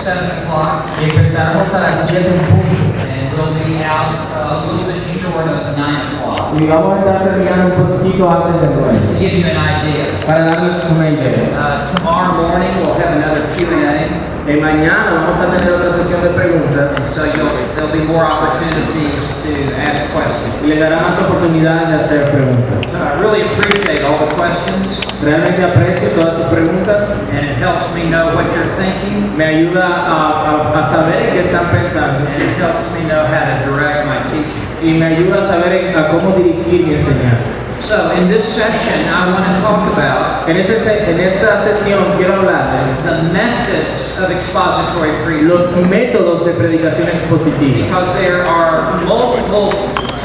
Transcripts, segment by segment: seven o'clock. Empezamos a las siete en punto. And we'll be out uh, a little bit short of nine o'clock. Y vamos a estar terminando un poquitito antes de To nueve, give you an idea, para darles una idea. uh, tomorrow morning we'll have another Q and A. Eh, mañana vamos a tener otra sesión de preguntas So you'll, there'll be more opportunities to ask questions. y les dará más oportunidades de hacer preguntas. So I really appreciate all the questions Realmente aprecio todas sus preguntas. and it helps me know what you're thinking Me ayuda a, a- a saber en qué están pensando and it helps me know how to direct my teaching. y me ayuda a saber en- a cómo dirigir mi enseñanza. So in this session, I want to talk about En, este se- en esta sesión quiero hablarles the methods of expository de preaching los métodos de predicación expositiva, because there are multiple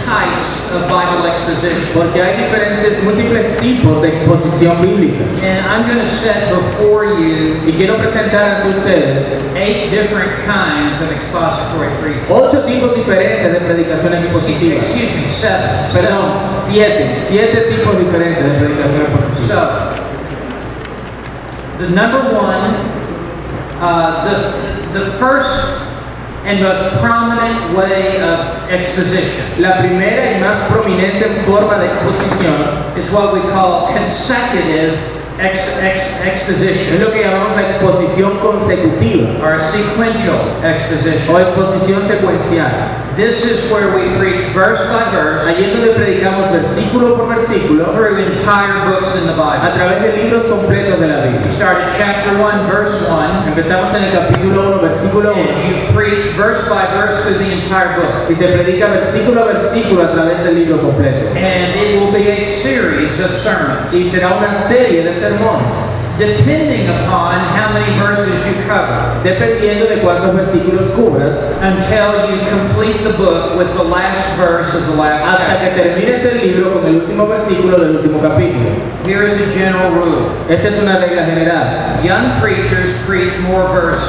types of Bible exposition. porque hay diferentes, múltiples tipos de exposición bíblica. And I'm going to set before you Y quiero presentar ante ustedes eight different kinds of expository preaching. ocho tipos diferentes de predicación expositiva. Excuse me, seven. Perdón, siete, siete tipos diferentes de predicación expositiva. So, the number one, uh, the, the first and most prominent way of exposition La primera y más prominente forma de exposición is what we call consecutive ex, ex, es exposition lo que llamamos la exposición consecutiva or sequential o exposition. exposición secuencial. This is where we preach verse by verse Allí es donde predicamos versículo por versículo through entire books in the a Bible. través de libros completos de la We Biblia. start at chapter 1, verse 1, Empezamos en el capítulo 1, versículo 1, and you preach verse by verse through the entire book. y se predica versículo a versículo a través del libro completo. And it will be a series of sermons, Y será una serie de sermones, depending upon how many verses you cover, dependiendo de cuántos versículos cubras, until you complete the book with the last verse of the last hasta que chapter. termines el libro con el último versículo del último capítulo. Here is a general rule. Esta es una regla general. Young preachers preach more verses.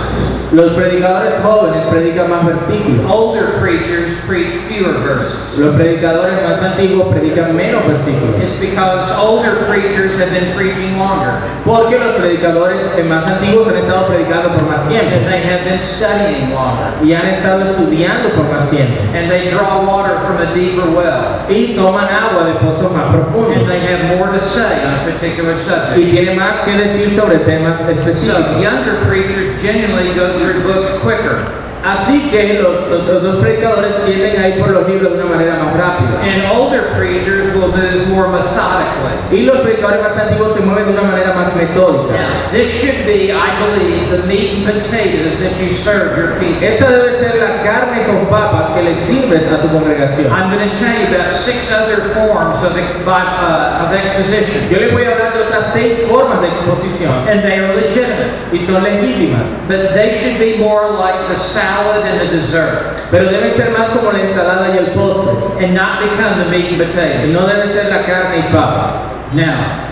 Los predicadores jóvenes predican más versículos. Older preachers preach fewer verses. Los predicadores más antiguos predican menos versículos. It's because older preachers have been preaching longer Porque los predicadores eh, más antiguos han estado predicando por más tiempo. and they have been studying longer y han estado estudiando por más tiempo and they draw water from a deeper well y toman agua de pozos más and profundos they have more to say on a particular subject. y tienen más que decir sobre temas So específicos. younger preachers generally go through books quicker, Así que los, los, los dos predicadores tienden a ir por los libros de una manera más rápida and older preachers will move more methodically. y los predicadores más antiguos se mueven de una manera más metódica. Now, this should be, I believe, the meat and potatoes that you serve your people. Esta debe ser la carne con papas que le sirves a tu congregación. I'm going to tell you about six other forms of, ex- by- uh, of exposition, Yo les voy a hablar de otras seis formas de exposición and they are legitimate, y son legítimas, but they should be more like the salad and the dessert, pero deben ser más como la ensalada y el postre and not become the meat and y potatoes. no debe ser la carne y papa. Now,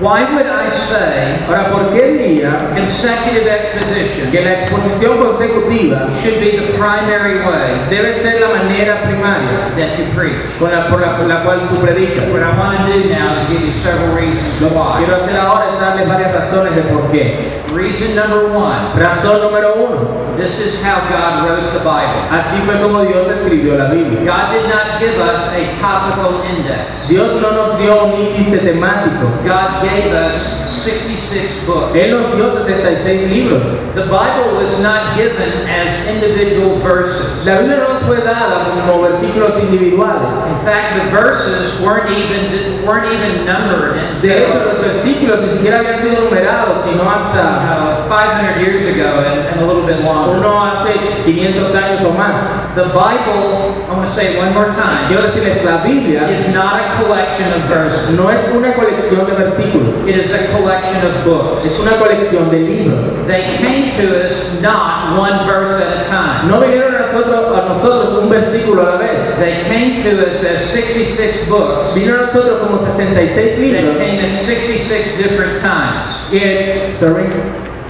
why would I say Ahora, ¿por qué diría consecutive exposition que la exposición consecutiva should be the primary way debe ser la manera primaria that you preach. con la, por, la, por la cual tú predicas? What I want to do now is give you several reasons Quiero why. hacer ahora es darles varias razones de por qué. Reason number one, Razón número uno. this is how God wrote the Bible. Así fue como Dios escribió la Biblia. God did not give us a topical index. Dios no nos dio un índice temático. God gave us 66 books. Él nos dio 66 libros. The Bible was not given as individual verses. La Biblia no nos fue dada como versículos individuales. In fact, the verses weren't even weren't even numbered De hecho, until los versículos ni siquiera habían sido numerados, sino hasta uh, 500 years ago and, and a little bit longer. uno hace 500 años o más. The Bible, I want to say it one more time, Quiero decirles, la Biblia is not a collection of verses. no es una colección de versículos, It is a collection of books. es una colección de libros. They came to us not one verse at a time. No vinieron a nosotros, a nosotros un versículo a la vez. They came to us as 66 books Vinieron a nosotros como 66 that libros came at 66 different times. que, sorry,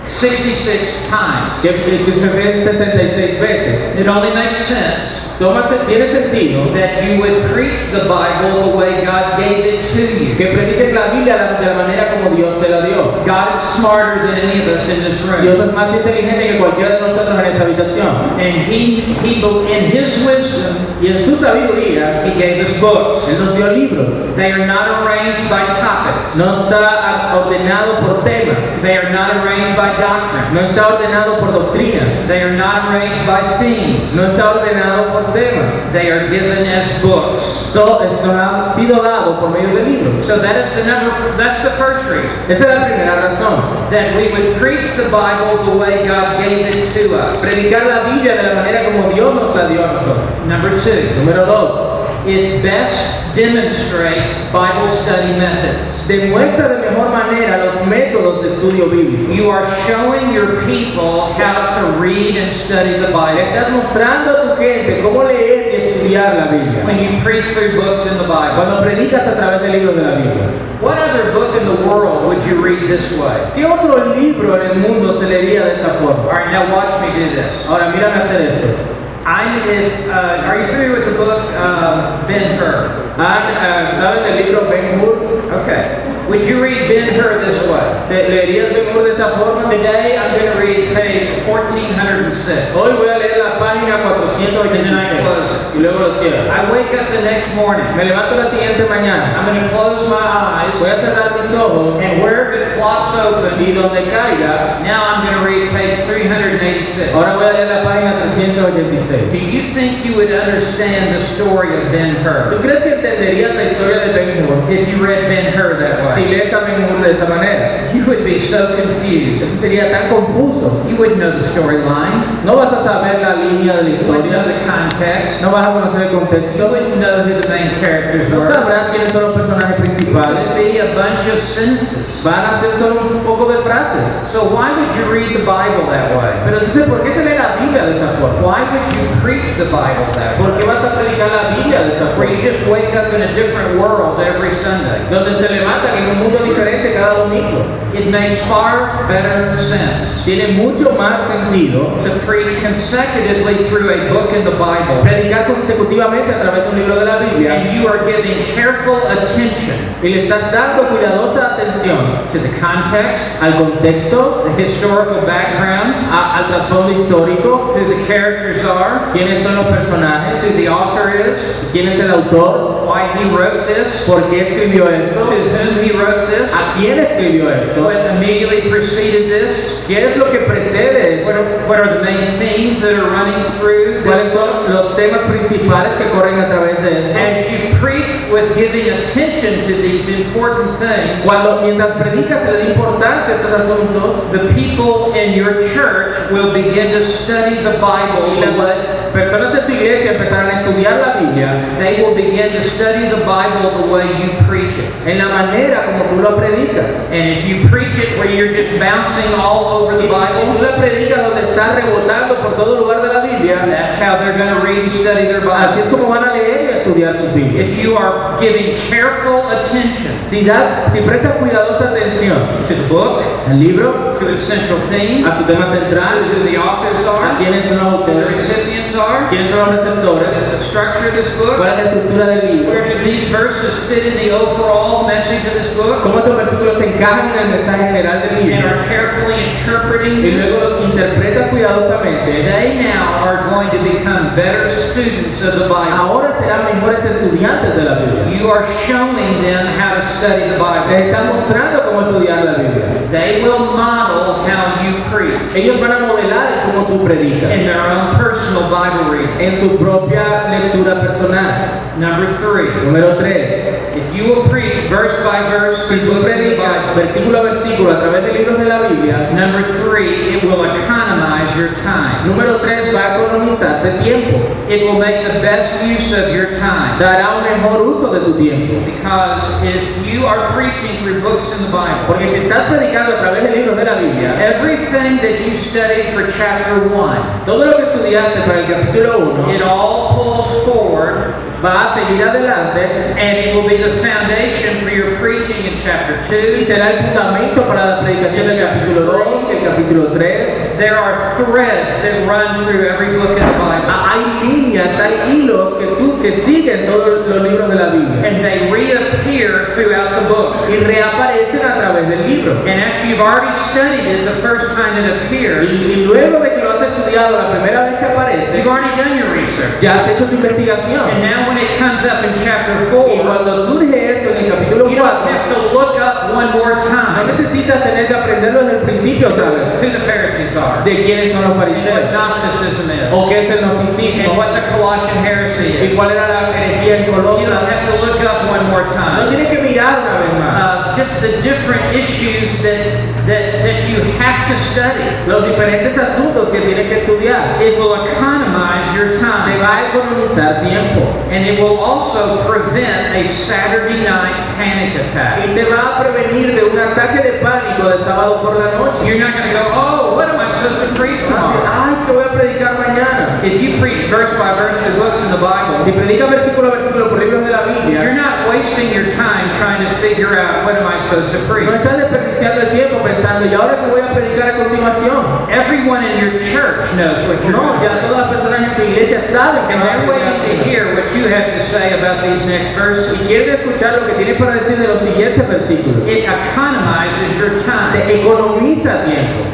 66 times. que, que- que se ven 66 veces. It only makes sense Toma, se- tiene sentido that you would preach the Bible the way God gave it to you. que prediques la Biblia la- de la manera como Dios te la dio. God is smarter than any of us in this Dios room. es más inteligente que cualquiera de nosotros en esta habitación. And he, he, bel- in his wisdom, Y en su sabiduría, he gave us books. Él nos dio libros. They are not arranged by topics. No está a- ordenado por temas. They are not arranged by doctrine. No está ordenado por doctrinas. They are not arranged by themes. No está ordenado por temas. They are given as books. So, eh, nos ha sido dado por medio de libros. So that is the number, that's the first reason. Esa es la primera razón. That we would preach the Bible the way God gave it to us. Predicar la Biblia de la manera como Dios nos la dio a nosotros. Number two, Número dos. it best demonstrates Bible study methods. Demuestra de mejor manera los métodos de estudio bíblico. You are showing your people how to read and study Le the Bible estás mostrando a tu gente cómo leer y estudiar la Biblia. when you preach through books in the Bible. Cuando predicas a través de libros de la Biblia. What other book in the world would you read this way? ¿Qué otro libro en el mundo se leería de esa All forma? right, now watch me do this. Ahora, mírame hacer esto. I'm if uh, are you familiar with the book um, Ben Hur? Han, ah, ¿Saben del libro Ben Hur? Okay. Would you read Ben Hur this way? ¿Te- ¿Leerías Ben Hur de esta forma? Today I'm going to read page 1406. Hoy voy a leer la página 426 y luego lo cierro. I wake up the next morning. Me levanto la siguiente mañana. I'm going to close my Voy a eyes, cerrar mis ojos and wherever it flops open, y donde caiga, now I'm going to read page 386. ahora voy a leer la página 386. Do you think you would understand the story of Ben ¿Tú Hur crees que entenderías la historia de Ben Hur if you read Ben Hur that si way? lees a Ben Hur de esa manera? You would be so Eso confused. sería tan confuso. You wouldn't know the storyline. No vas a saber la línea de la You wouldn't know historia. the context. No vas a conocer el You contexto. wouldn't know who the main characters No were. sabrás quiénes son los personajes It principales. would be a bunch of sentences. Van a ser solo un poco de frases. So why would you read the Bible that way? Pero entonces, ¿por qué se lee la Biblia de esa forma? Why would you preach the Bible that way? ¿Por qué vas a predicar la Biblia de esa Where forma? you just wake up in a different world every Sunday. Donde se levantan en un mundo diferente cada domingo. It makes far better sense Tiene mucho más sentido to preach consecutively through a book in the Bible. predicar consecutivamente a través de un libro de la Biblia And you are giving careful attention y le estás dando cuidadosa atención to the context, al contexto, the historical background, a- al trasfondo histórico, who the characters are, quiénes son los personajes, who the author is, quién es el autor, why he wrote this, por qué escribió to esto. whom he wrote this, ¿A quién escribió esto? what immediately preceded this, ¿Qué es lo que precede what esto? are, what are the main themes that are running through ¿Cuáles this book. son los temas principales que corren a través de esto? As you preach with giving attention to these important things, Cuando mientras predicas se le da importancia a estos asuntos the people in your church will begin to study the Bible. y the way- las personas en tu iglesia empezarán a estudiar la Biblia They will begin to study the Bible the way you preach it. en la manera como tú lo predicas. And if you preach it where you're just bouncing all over Y the si tú Bible, la predicas donde estás rebotando por todo lugar de la Biblia, that's how they're going to read and study their así es Bible. como van a leer y a estudiar sus Biblias. If you are giving careful attention Si, das, si prestas cuidadosa atención to the book, al libro, to its central theme, a su tema to central, who the authors a are, quiénes son los who the autores, recipients are, ¿Quiénes son los what is receptores? the structure of this book, ¿Cuál es la estructura del libro? Where do these verses fit in the overall message of this book? ¿Cómo estos versículos se encajan en el mensaje general del And libro? are carefully interpreting Y these? luego los interpreta cuidadosamente. They now are going to become better students of the Bible. Ahora serán mejores estudiantes de la Biblia. You are showing them how to study Les the Bible. están mostrando cómo estudiar la Biblia. They will model how you preach Ellos van a modelar cómo tú predicas in their own personal Bible reading. en su propia lectura personal. Number three, Número 3. if you will preach verse by verse Si through tú books of the predicas Bible, versículo a versículo a través de libros de la Biblia, number three, it will economize your time. número 3 va a economizarte tiempo. It will make the best use of your time. Dará un mejor uso de tu tiempo. Because if you are preaching through books in the Bible, Porque si estás predicando a través de libros de la Biblia, everything that you studied for chapter 1, todo lo que estudiaste para el capítulo 1 it all pulls forward va a seguir adelante and it will be the foundation for your preaching in chapter y 2. será el fundamento para la predicación del capítulo 2, del capítulo 3. There are threads that run through every book in the Bible. Ah, Hay líneas líneas, hay hilos que, su- que siguen todos los libros de la Biblia and they reappear throughout the book. y reaparecen a través del libro. And after you've already studied it the first time it Y, appears, y luego de que lo has estudiado la primera vez que aparece, you've already done your research. ya has hecho tu investigación. And now when it comes up in chapter Y 4, cuando surge esto en el capítulo you don't 4, have to look up one more no time necesitas tener que aprenderlo en el principio otra vez. who the Pharisees are, De quiénes son los and what fariseos, Gnosticism is, o qué es el and gnosticismo, what the Colossian heresy y is. cuál era la herejía en You don't Colosas. have to look up one more No time. tienes que mirar una vez más. Uh, just the different issues that, that, that you have to study. los diferentes asuntos que tienes que estudiar. It will economize your Te time. va a economizar tiempo And it will also prevent a Saturday night panic attack. y te va a prevenir de un ataque de pánico del sábado por la noche. You're not going to go, oh, what am I supposed to preach tomorrow? Ay, que voy a predicar mañana. If you preach verse by verse the books in the Si Bible, predica versículo a versículo por libros de la Biblia, you're not wasting your time trying to figure out what am I supposed to no preach. estás desperdiciando el tiempo pensando, ¿y ahora qué voy a predicar a continuación? Everyone in your church knows what you're No, doing. ya todas las personas en tu iglesia saben que And no they're waiting to hear what you have to say about these next Y verses. quieren escuchar lo que tienes para decir de los siguientes versículos. It economizes your time. Te economiza tiempo.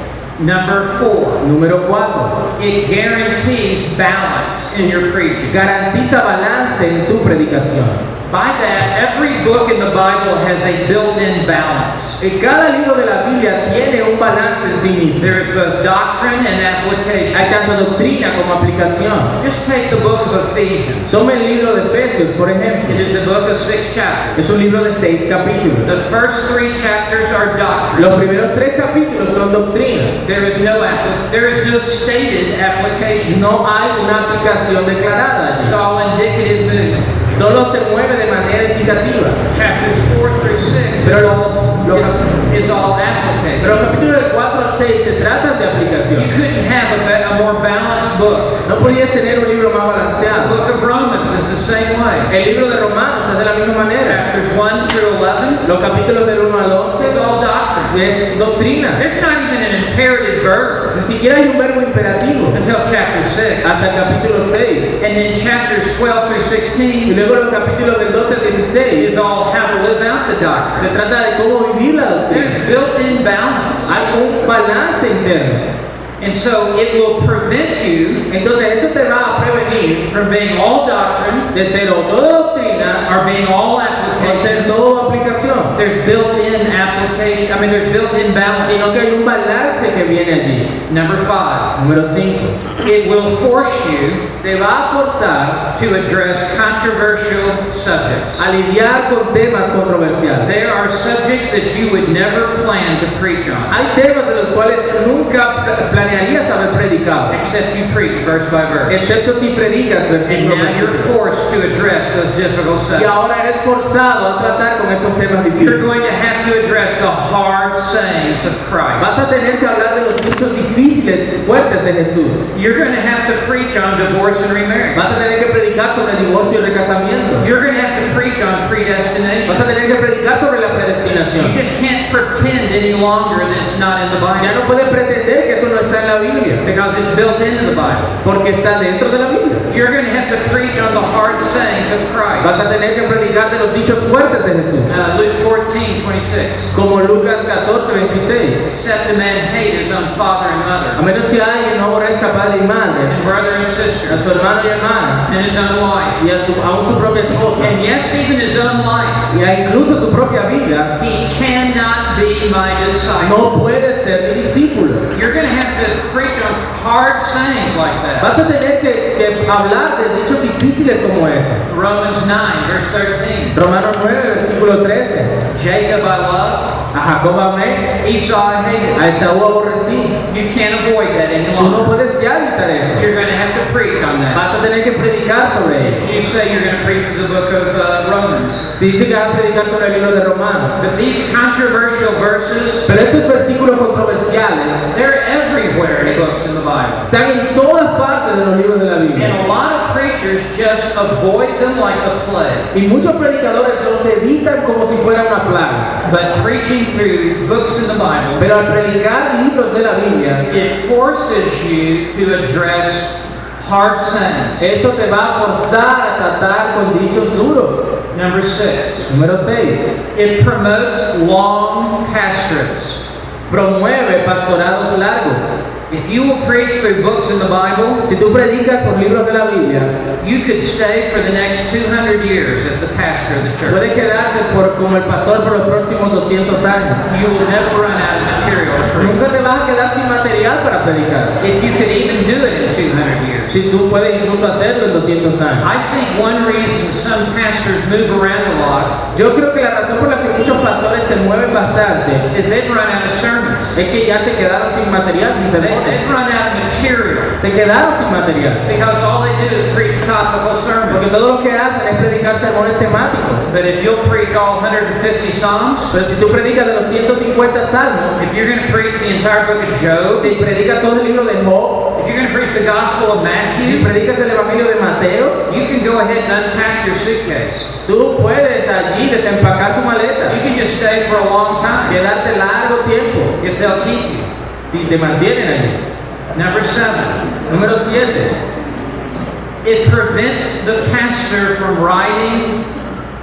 Number four, Número 4. it guarantees balance in your preaching. Garantiza balance en tu predicación. By that, every book in the Bible has a built-in balance. En cada libro de la Biblia tiene un balance en sí mismo. There is both doctrine and application. Hay tanto doctrina como aplicación. Just take the book of Ephesians. Toma el libro de Efesios, por It ejemplo. is a book of six chapters. Es un libro de seis capítulos. The first three chapters are doctrine. Los primeros tres capítulos son doctrina. There is no appli- there is no stated application. No hay una aplicación declarada. It's allí. all indicative movements. Solo se mueve de manera indicativa. Chapters four through six Pero los, los- is, is all pero application. los capítulos del 4 al 6 se tratan de You aplicación. couldn't have a, be- a more balanced book. No podías tener un libro más The balanceado. book of Romans is the same way. El libro de Romanos es de la misma manera. Chapters one through eleven Los capítulos del 1 al 11 It's all doctrine. es doctrina. There's not even an imperative verb Ni siquiera hay un verbo imperativo until chapter 6. hasta el capítulo 6. And then chapters 12 through Y 16 luego los capítulos del 12 al 16 is all how to live out the doctrine. se trata de cómo vivir la There's doctrina. built-in balance. Hay un balance interno. And so it will prevent you Entonces eso te va a prevenir from being all doctrine de ser o toda doctrina or being all o ser application. todo aplicación. There's built-in application. I mean, there's Sino built-in que balance. hay un balance que viene allí. Number five, Número 5. it will force you Te va a forzar to address controversial subjects. a lidiar con temas controversiales. There are subjects that you would never plan to preach on. Hay temas de los cuales nunca pla- planearías haber predicado. except you preach verse by verse. excepto si predicas And versículo por now you're versículo. forced to address those difficult Y subjects. ahora eres forzado a tratar con esos temas You're difíciles. going to have to address the hard sayings of Christ. Vas a tener que hablar de los muchos difíciles fuertes de Jesús. You're going to have to preach on divorce and remarriage. Vas a tener que predicar sobre divorcio y recasamiento. You're going to have to preach on predestination. Vas a tener que predicar sobre la You predestinación. just can't pretend any longer that it's not in the Ya Bible no puedes pretender que eso no está en la Biblia, because it's built into the Bible. porque está dentro de la Biblia. You're going to have to preach on the hard sayings of Christ. Vas a tener que predicar de los dichos fuertes de Jesús, Uh, Luke 14, 26. como Lucas 14, 26. Except a man hate his own father and A mother, menos que alguien no aborrezca a padre y madre, and brother and a sister, su hermano y hermana, and his own wife. y a su, aún su propia esposa, And yes, even his own life. y a incluso su propia vida, He cannot be my disciple. no puede ser mi discípulo. You're going to have to preach on hard sayings like that. Vas a tener que, que hablar de dichos difíciles como ese. Romans 9, verse 13. Romanos 9, versículo 13. Jacob I love, A Jacob amé, Esau I hated. a Esaú aborrecí. You can't avoid that any Tú no longer. puedes ya evitar eso. You're going to have to preach on that. Vas a tener que predicar sobre ello. You say you're going to preach through the book of uh, Romans. Si dice que vas a predicar sobre el libro de Romanos. But these controversial verses, Pero estos versículos controversiales they're everywhere in books in the Bible. están en todas partes de los libros de la And Biblia. a lot of preachers just avoid them like the plague. Y muchos predicadores los evitan como si fuera una plaga. But preaching through books in the Bible, Pero al predicar libros de la Biblia, it forces you to address hard sentence. Eso te va a forzar a tratar con dichos duros. Number six, Número 6. it promotes long pastures. Promueve pastorados largos. If you will preach through books in the Bible, Si tú predicas por libros de la Biblia, you could stay for the next 200 years as the pastor of the church. puedes quedarte por, como el pastor por los próximos 200 años. You will never run out of material to preach. Nunca te vas a quedar sin material para predicar. If you could even do it in 200 years. Si tú puedes incluso hacerlo en 200 años. I think one reason some pastors move around a lot Yo creo que la razón por la que muchos pastores se mueven bastante is they've run out of sermons. es que ya se quedaron sin material, sin They, sermones. they've run out of material Se quedaron sin material. because all they do is preach topical Porque sermons. todo lo que hacen es predicar sermones temáticos. But if you'll preach all 150 Psalms, Pero si tú predicas de los 150 salmos, if you're going to preach the entire book of Job, si predicas todo el libro de Job, if you're going to preach the Gospel of si Matthew, predicas el Evangelio de Mateo, you can go ahead and unpack your suitcase. tú puedes allí desempacar tu You maleta, can just stay for a long time quedarte largo tiempo, if they'll keep you. si te mantienen allí. Number seven. Número 7. It prevents the pastor from riding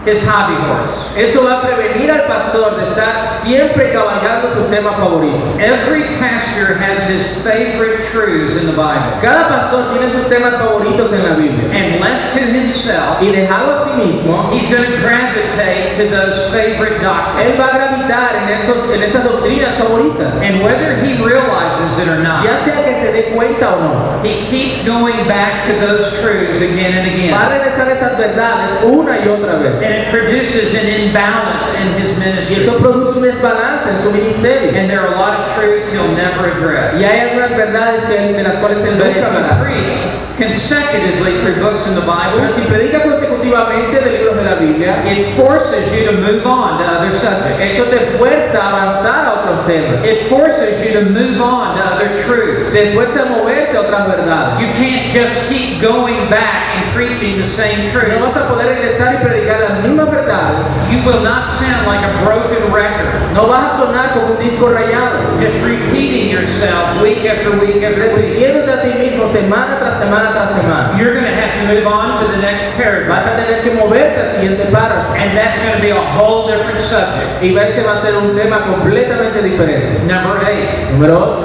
his hobby horse. Eso va a prevenir al pastor de estar siempre cabalgando su tema favorito. Every pastor has his favorite truths in the Bible. Cada pastor tiene sus temas favoritos en la Biblia. And left to himself, Y dejado a sí mismo, he's going to gravitate to those favorite él doctrines. va a gravitar en, esos, en esas doctrinas favoritas. And whether he realizes it or not, Ya sea que se dé cuenta o no, he keeps going back to those truths again and va a again. regresar a esas verdades una y otra vez. And it produces an imbalance in his Y ministry. eso produce un desbalance en su ministerio. And there are a lot of truths he'll never Y address. hay algunas verdades que él- de las cuales él But if nunca hablará. you preach consecutively through books in the Bible, Pero si predica consecutivamente de libros de la Biblia, It forces you to move on to other subjects. eso te fuerza a avanzar a otros temas. It forces you to move on to other truths. Te fuerza a moverte a otras verdades. You can't just keep going back and preaching the same No truth. vas a poder regresar y predicar la misma verdad. You will not sound like a broken record, No vas a sonar como un disco rayado. just repeating yourself week after week after week. Repitiéndote a ti mismo semana tras semana tras semana. You're going to have to move on to the next Vas paragraph, a tener que moverte al siguiente párrafo. and that's going to be a whole different subject. Y ese va a ser un tema completamente diferente. Number eight, Número 8.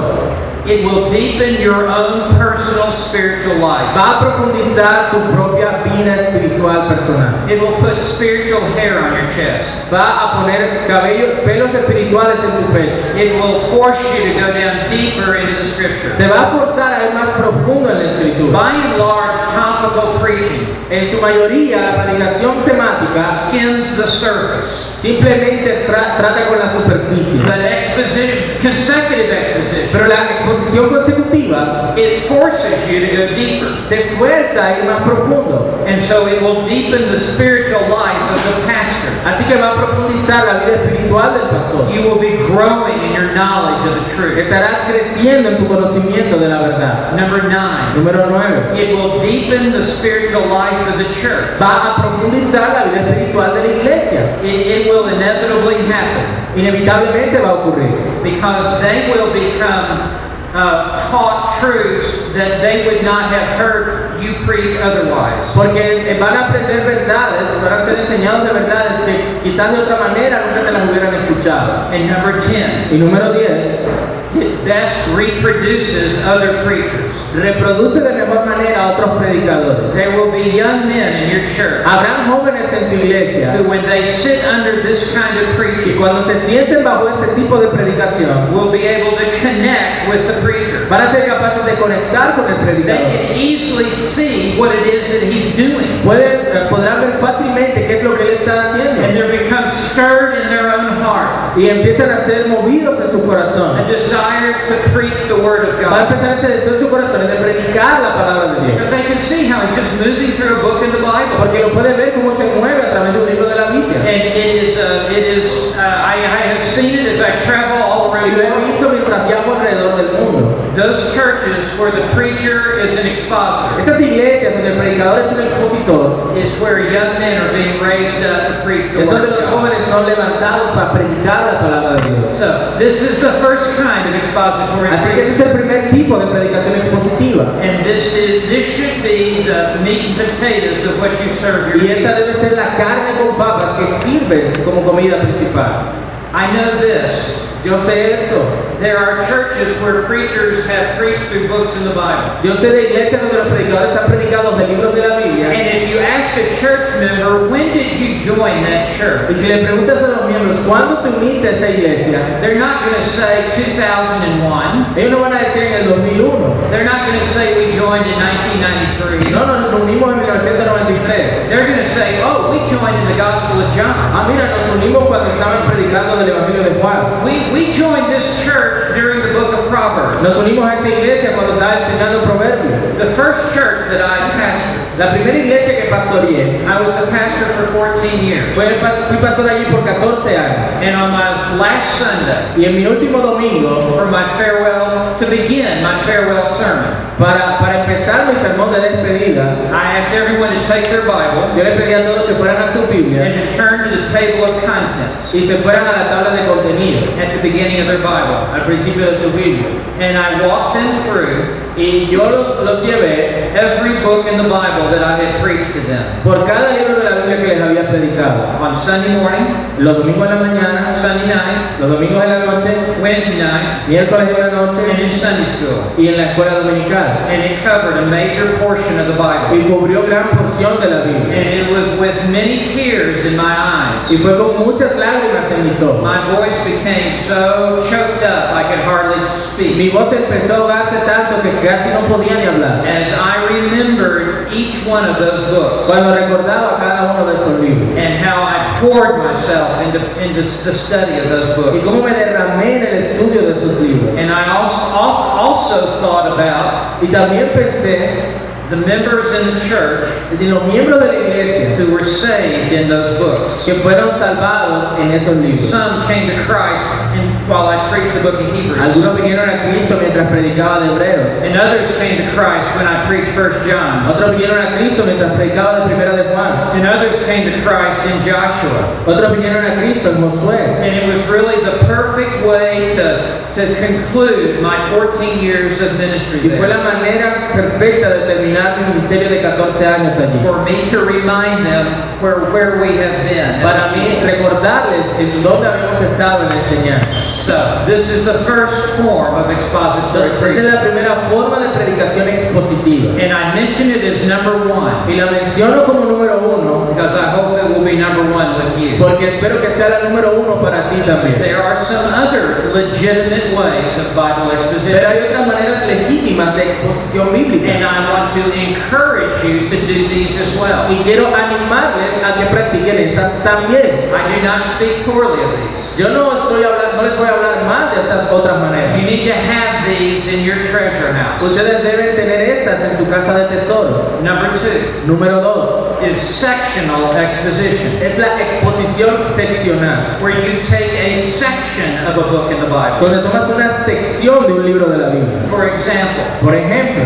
it will deepen your own personal spiritual life. Va a profundizar tu propia vida espiritual personal. It will put spiritual hair on your chest. Va a poner cabello, pelos espirituales en tu pecho. It will force you to go down deeper into the scripture. Te va a forzar a ir más profundo en la escritura. By and large, topical preaching En su mayoría, la predicación temática skims the surface. Simplemente tra- trata con la superficie. But exposition, consecutive exposition, Pero la exposición consecutiva it forces you to go deeper. te fuerza a ir más profundo. And so it will deepen the spiritual life of the pastor. Así que va a profundizar la vida espiritual del pastor. You will be growing in your knowledge of the truth. Estarás creciendo en tu conocimiento de la verdad. Number nine, Número 9. it will deepen the spiritual life of the church. Va a profundizar la vida espiritual de la iglesia. It, it will inevitably happen. Inevitablemente va a ocurrir. because they will become uh, taught truths that they would not have heard you preach otherwise. Porque van a aprender verdades, van a ser enseñados de verdades que quizás de otra manera nunca te las hubieran escuchado. And number 10, Y número 10. it best reproduces other preachers. Reproduce de mejor manera a otros predicadores. There will be young men in your church Habrán jóvenes en tu iglesia who, when they sit under this kind of y preaching, cuando se sienten bajo este tipo de predicación, will be able to connect with the preacher. van a ser capaces de conectar con el They predicador. can easily see what it is that he's doing, Pueden, eh, podrán ver fácilmente qué es lo que él está and haciendo they become stirred in their own heart, y empiezan a ser movidos en su a corazón. desire to preach the word of Va a God. empezar ese deseo en su corazón de predicar la palabra de Dios. Because they can see how it's just moving through a book in the Bible. Porque lo puede ver cómo se mueve a través de un libro de la Biblia. And it is, uh, it is, uh, I, I have seen it as I travel all Y around lo the he world. visto mientras viajo alrededor del mundo. Those churches where the preacher is an expositor Esas iglesias donde el predicador es un expositor is where young men are being raised up to preach the Es word donde of los God. jóvenes son levantados para predicar la palabra de Dios. So, this is the first kind of expository Así que ese es preaching. el primer tipo de predicación expositiva. And this This is, this should be the meat and potatoes of what you serve your Y esa people. debe ser la carne con papas que sirves como comida principal. I know this. Yo sé esto. There are churches where preachers have preached through books in the Bible. Yo sé de iglesias donde los predicadores han predicado de libros de la Biblia. And if you ask a church member, when did you join that church? Y si le preguntas a los miembros, ¿cuándo te uniste a esa iglesia? They're not going to say 2001. Ellos no van a decir en el 2001. They're not going to say we joined in No, 1993. no, nos unimos en 1993. They're going to say, oh, we joined in the Gospel of John. Ah, mira, nos unimos cuando estaban predicando del Evangelio de Juan. We, we joined this church during the book of Proverbs. Nos unimos a esta iglesia cuando estaba enseñando proverbios. The first church that I pastored, La primera iglesia que pastoreé, I was the pastor for 14 years. fue- fui pastor allí por 14 años. And on my last Sunday, Y en mi último domingo, for my farewell, to begin my farewell sermon, para, para empezar mi sermón de despedida, I asked everyone to take their Bible yo le pedí a todos que fueran a su and Biblia to turn to the table of contents y se fueran a la tabla de contenido, at the beginning of their Bible. al principio de su Biblia. And I walked them through Y yo los, los llevé every book in the Bible that I had preached to them. por cada libro de la Biblia que les había predicado. On Sunday morning, Los domingos de la mañana, Sunday night, los domingos de la noche, Wednesday night, miércoles de la and noche in Sunday school. y en la escuela dominical. And it covered a major portion of the Bible. Y cubrió gran porción de la Biblia. And it was with many tears in my eyes. Y fue con muchas lágrimas en mis ojos. My voice became so choked up I could hardly Mi speak voz empezó a ahogarse tanto que casi no podía ni hablar. as I remembered each one of those books cuando recordaba cada uno de esos libros and how I poured myself into, into the study of those y cómo books. me derramé en el estudio de esos libros. And I also, also thought about Y también pensé the members in the church en los miembros de la iglesia who were saved in those books. que fueron salvados en esos libros. Some came to Christ and while I preached the book of Hebrews. Algunos vinieron a Cristo mientras predicaba de Hebreos. And others came to Christ when I preached First John. Otros vinieron a Cristo mientras predicaba de Primera de Juan. And others came to Christ in Joshua. Otros vinieron a Cristo en Josué. And it was really the perfect way to, to conclude my 14 years of ministry Y fue there. la manera perfecta de terminar mi ministerio de 14 años allí. For me to remind them where, where we have been. Para mí, recordarles en dónde habíamos estado en la enseñanza. So, this is the first form of expository Entonces, esa es la preaching. primera forma de predicación expositiva. And I mention it as number one Y la menciono como número uno because I hope it will be number one with you. porque espero que sea la número uno para ti también. There are some other legitimate ways of Bible Pero hay exposition. otras maneras legítimas de exposición And bíblica. I want to encourage you to do these as well. Y quiero animarles a que practiquen esas también. I do not speak poorly of these. Yo no estoy hablando, no les voy a hablar mal de estas otras You maneras. need to have these in your treasure house. Ustedes deben tener estas en su casa de tesoros. Number two Número dos is sectional exposition, es la exposición seccional, where you take a section of a book in the Bible. donde tomas una sección de un libro de la Biblia. For example, Por ejemplo,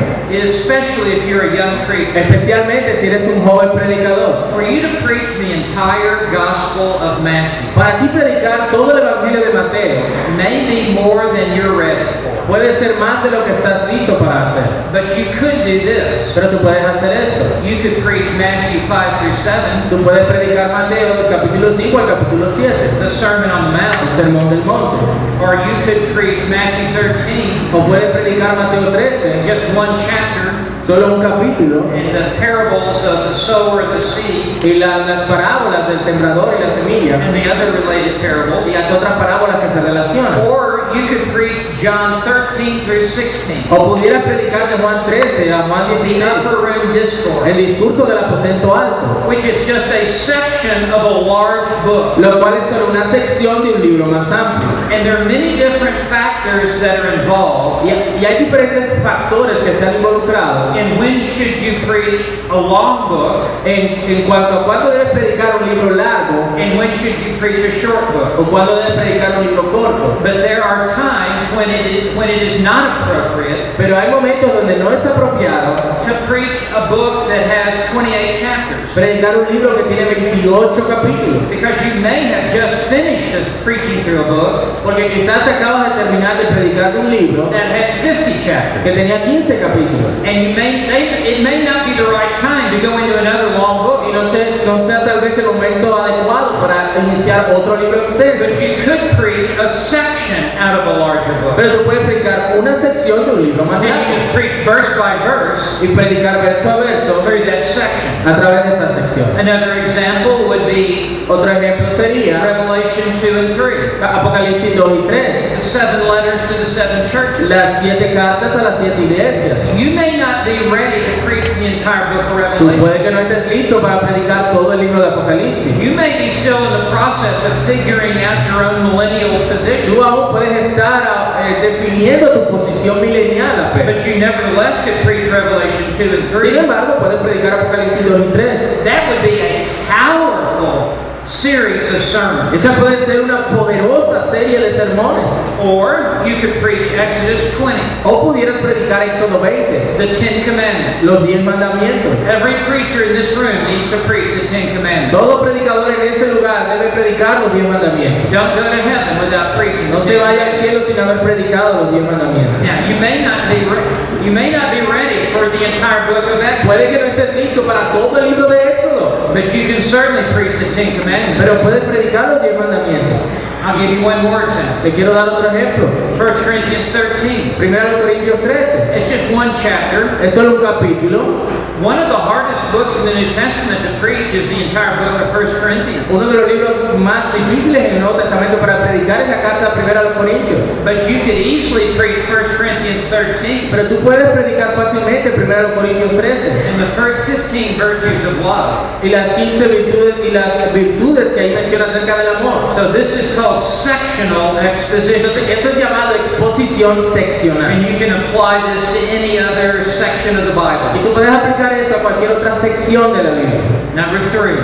especially if you're a young preacher, Especialmente si eres un joven predicador. for you to preach the entire Gospel of Matthew Para ti predicar todo el Evangelio de Mateo may be more than you're ready for. puede ser más de lo que estás listo para hacer. But you could do this. Pero tú puedes hacer esto. You could preach Matthew 5 through 7, Tú puedes predicar Mateo del capítulo 5 al capítulo 7, the Sermon on the el Mount, sermón del monte. or you could preach Matthew 13, O puedes predicar Mateo 13, just one chapter, solo un capítulo, and the parables of the sower and the seed y la- las parábolas del sembrador y la semilla, and the other related parables. y las otras parábolas que se relacionan. Or you could preach John 13 through 16, O pudieras predicar de Juan 13 a Juan the 16, upper room el discourse, discurso del aposento alto. which is just a section of a large book. lo cual es solo una sección de un libro más amplio. And there are many different factors that are involved. Y, y hay diferentes factores que están involucrados And when should you preach a long book? en, en cuanto a cuándo debes predicar un libro largo And when should you preach a short book? o cuándo debes predicar un libro corto. But there are times when it, when it is not appropriate Pero hay momentos donde no es apropiado to preach a book that has 28 chapters Predicar un libro que tiene 28 capítulos. because you may have just finished this preaching through a book Porque quizás acabas de terminar de predicar un libro that had 50 chapters. que tenía 15 capítulos. And you may, they, it may not be the right time to go into another long Y book, no, sé, no sea tal vez el momento adecuado para iniciar otro libro but extenso. you could preach a section out of a larger book. Pero tú puedes predicar una sección de un libro más And you grande just preach verse by verse y predicar verso a verso through that section. a través de esa sección. Another example would be Otro ejemplo sería Revelation 2 and 3, Apocalipsis 2 y 3, the seven letters to the seven churches. las siete cartas a las siete iglesias. You may not be ready to preach the entire book of Tú Revelation. puede que no estés listo para predicar todo el libro de Apocalipsis. You may be still in the process of figuring out your own millennial position, Tú aún puedes estar ah, eh, definiendo tu posición milenial apenas. but you nevertheless could preach Revelation 2 and 3. Sin embargo, puedes predicar Apocalipsis 2 y 3. That would be a powerful series of sermons. Esa puede ser una poderosa serie de sermones. Or you could preach Exodus 20, O pudieras predicar Éxodo 20, the Ten Commandments. los 10 mandamientos. Every preacher in this room needs to preach the Ten Commandments. Todo predicador en este lugar debe predicar los 10 mandamientos. Don't go to heaven without preaching. No the se Ten vaya al cielo sin haber predicado los 10 mandamientos. Now you may not be re- you may not be ready for the entire book of Exodus, Puede que no estés listo para todo el libro de Éxodo, but you can certainly preach the Ten Commandments. pero puedes predicar los 10 mandamientos. I'll give you one more example. Te quiero dar otro ejemplo. 1 Corinthians 13. Primero de Corintios 13. It's just one chapter. Es solo un capítulo. One of the hardest books in the New Testament to preach is the entire book of 1 Corinthians. Uno de los libros más difíciles en el Nuevo Testamento para predicar es la carta primera a los Corintios. But you could easily preach 1 Corinthians 13 Pero tú puedes predicar fácilmente 1 Corintios 13 and the first 15 virtues of love. y las 15 virtudes y las virtudes que ahí menciona acerca del amor. So this is called sectional Entonces, exposition. esto es llamado exposición seccional. And you can apply this to any other section of the Y Bible. tú puedes aplicar esto a cualquier otra sección de la Biblia. Number three,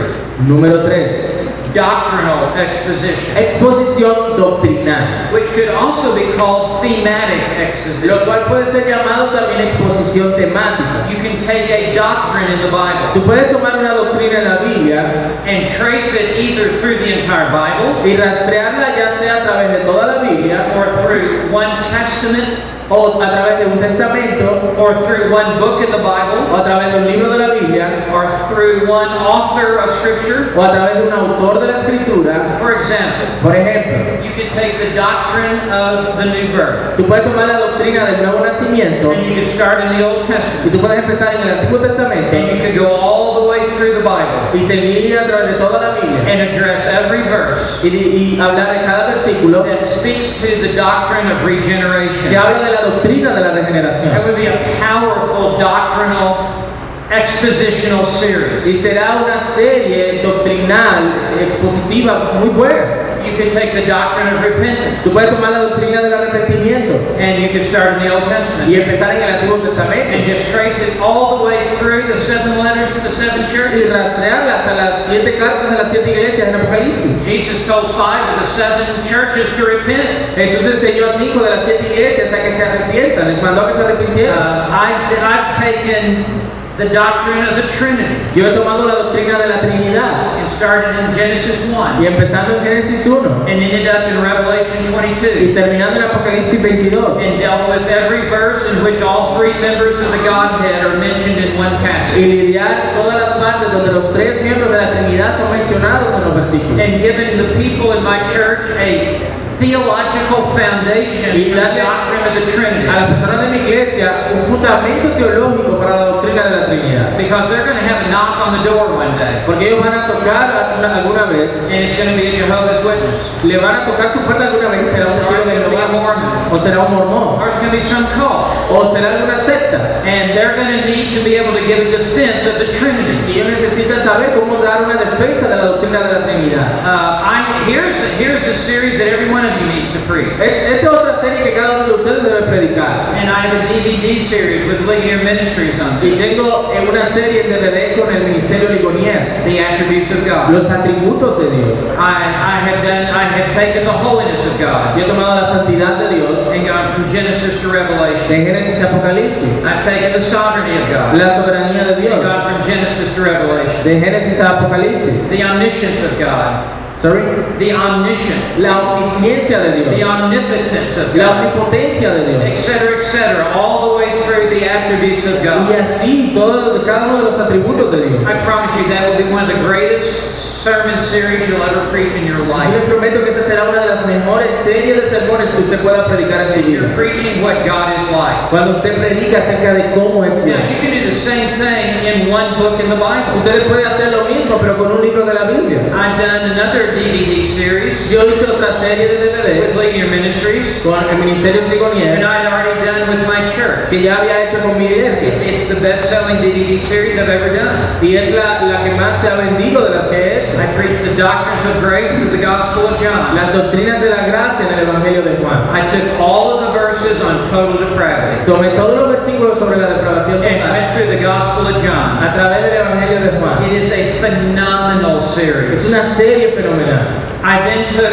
Número 3. doctrinal exposition, Exposición doctrinal, which could also be called thematic lo exposition. cual puede ser llamado también exposición temática. You can take a doctrine in the Bible Tú puedes tomar una doctrina en la Biblia and trace it either through the entire Bible y rastrearla ya sea a través de toda la Biblia or through one testament o a través de un testamento or through one book in the Bible. o a través de un libro de la Biblia or through one author of scripture. o a través de un autor de la escritura, For example, por ejemplo, you can take the doctrine of the new birth, tú puedes tomar la doctrina del nuevo nacimiento and you can start in the Old y Testament, tú puedes empezar en el Antiguo and Testamento you can go all the way through the Bible y seguir a través de toda la Biblia and address every verse y, y hablar de cada versículo that speaks to the doctrine of que regeneration. habla de la doctrina de la regeneración. That would be a powerful doctrinal expositional Y series. será una serie doctrinal, expositiva, muy buena. You can take the doctrine of repentance, Tú puedes tomar la doctrina del arrepentimiento and you can start in the Old Testament. y empezar en el Antiguo And Testamento just trace it all the way through the seven letters to the seven y churches. rastrearla hasta las siete cartas de las siete iglesias en Apocalipsis. Jesus told five of the seven churches to repent. Jesús enseñó a cinco de las siete iglesias a que se arrepientan, les mandó a que se Uh, arrepintieran. I've, I've taken the doctrine of the Trinity Yo he tomado la doctrina de la Trinidad and started in Genesis 1 y empezando en Génesis 1 and ended up in Revelation y 22 terminando en Apocalipsis 22 and dealt with every verse in which all three members of the Godhead are mentioned in one y passage lidiar todas las partes donde los tres miembros de la Trinidad son mencionados en los versículos and given the people in my church a theological foundation for the doctrine of the a Trinity las personas de mi iglesia un fundamento teológico para la doctrina de la Trinidad because they're going to have a knock on the door one day porque ellos van a tocar alguna, alguna vez and it's going to be a Jehovah's Witness. le van a tocar su puerta alguna vez y será un testigo de Jehová o será un mormón There's going to be some call, o será alguna secta and they're going to need to be able to give a defense of the Trinity. Y ellos necesitan saber cómo dar una defensa de la doctrina de la Trinidad. Uh, I, here's, here's a series that every one of you needs to preach. E- Esta es otra serie que cada uno de ustedes debe predicar. And I have a DVD series with Ligonier Ministries on Y this, tengo en una serie en DVD con el Ministerio Ligonier, the attributes of God. los atributos de Dios. I, I have done, I have taken the holiness of God Yo he tomado la santidad de Dios and gone from Genesis to Revelation. de Génesis a Apocalipsis, I've taken the sovereignty of God. la soberanía de I've Dios, gone from Genesis to Revelation. de Génesis a Apocalipsis, The omniscience of God. sorry, The omniscience. la omnisciencia de The Dios, omnipotence of la God. omnipotencia de Dios. Etc. etc. All the way through the attributes of Y God. así todo, cada uno de los atributos de Dios. I promise you that will be one of the greatest sermon series you'll ever preach in your Yo les life. prometo que esta será una de las mejores series de sermones que usted pueda predicar en su Because you're vida. preaching what God is like. Cuando usted predica acerca de cómo es Dios. Now, you can do the same thing in one book in the Bible. Ustedes pueden hacer lo mismo, pero con un libro de la Biblia. I've done another DVD series Yo hice otra serie de with DVD Ligonier Ministries, con el Ministerio and Sigonier, I'd already done with my church. que ya había hecho con mi It's, iglesia. it's the best-selling DVD series I've ever done. Y es la, la que más se ha vendido de las que he hecho. I preached the doctrines of grace through the Gospel of John. Las doctrinas de la gracia en el Evangelio de Juan. I took all of the verses on total depravity Tomé todos los versículos sobre la depravación and total went through the Gospel of John. a través del Evangelio de Juan. It is a phenomenal Es series. una serie fenomenal. I then took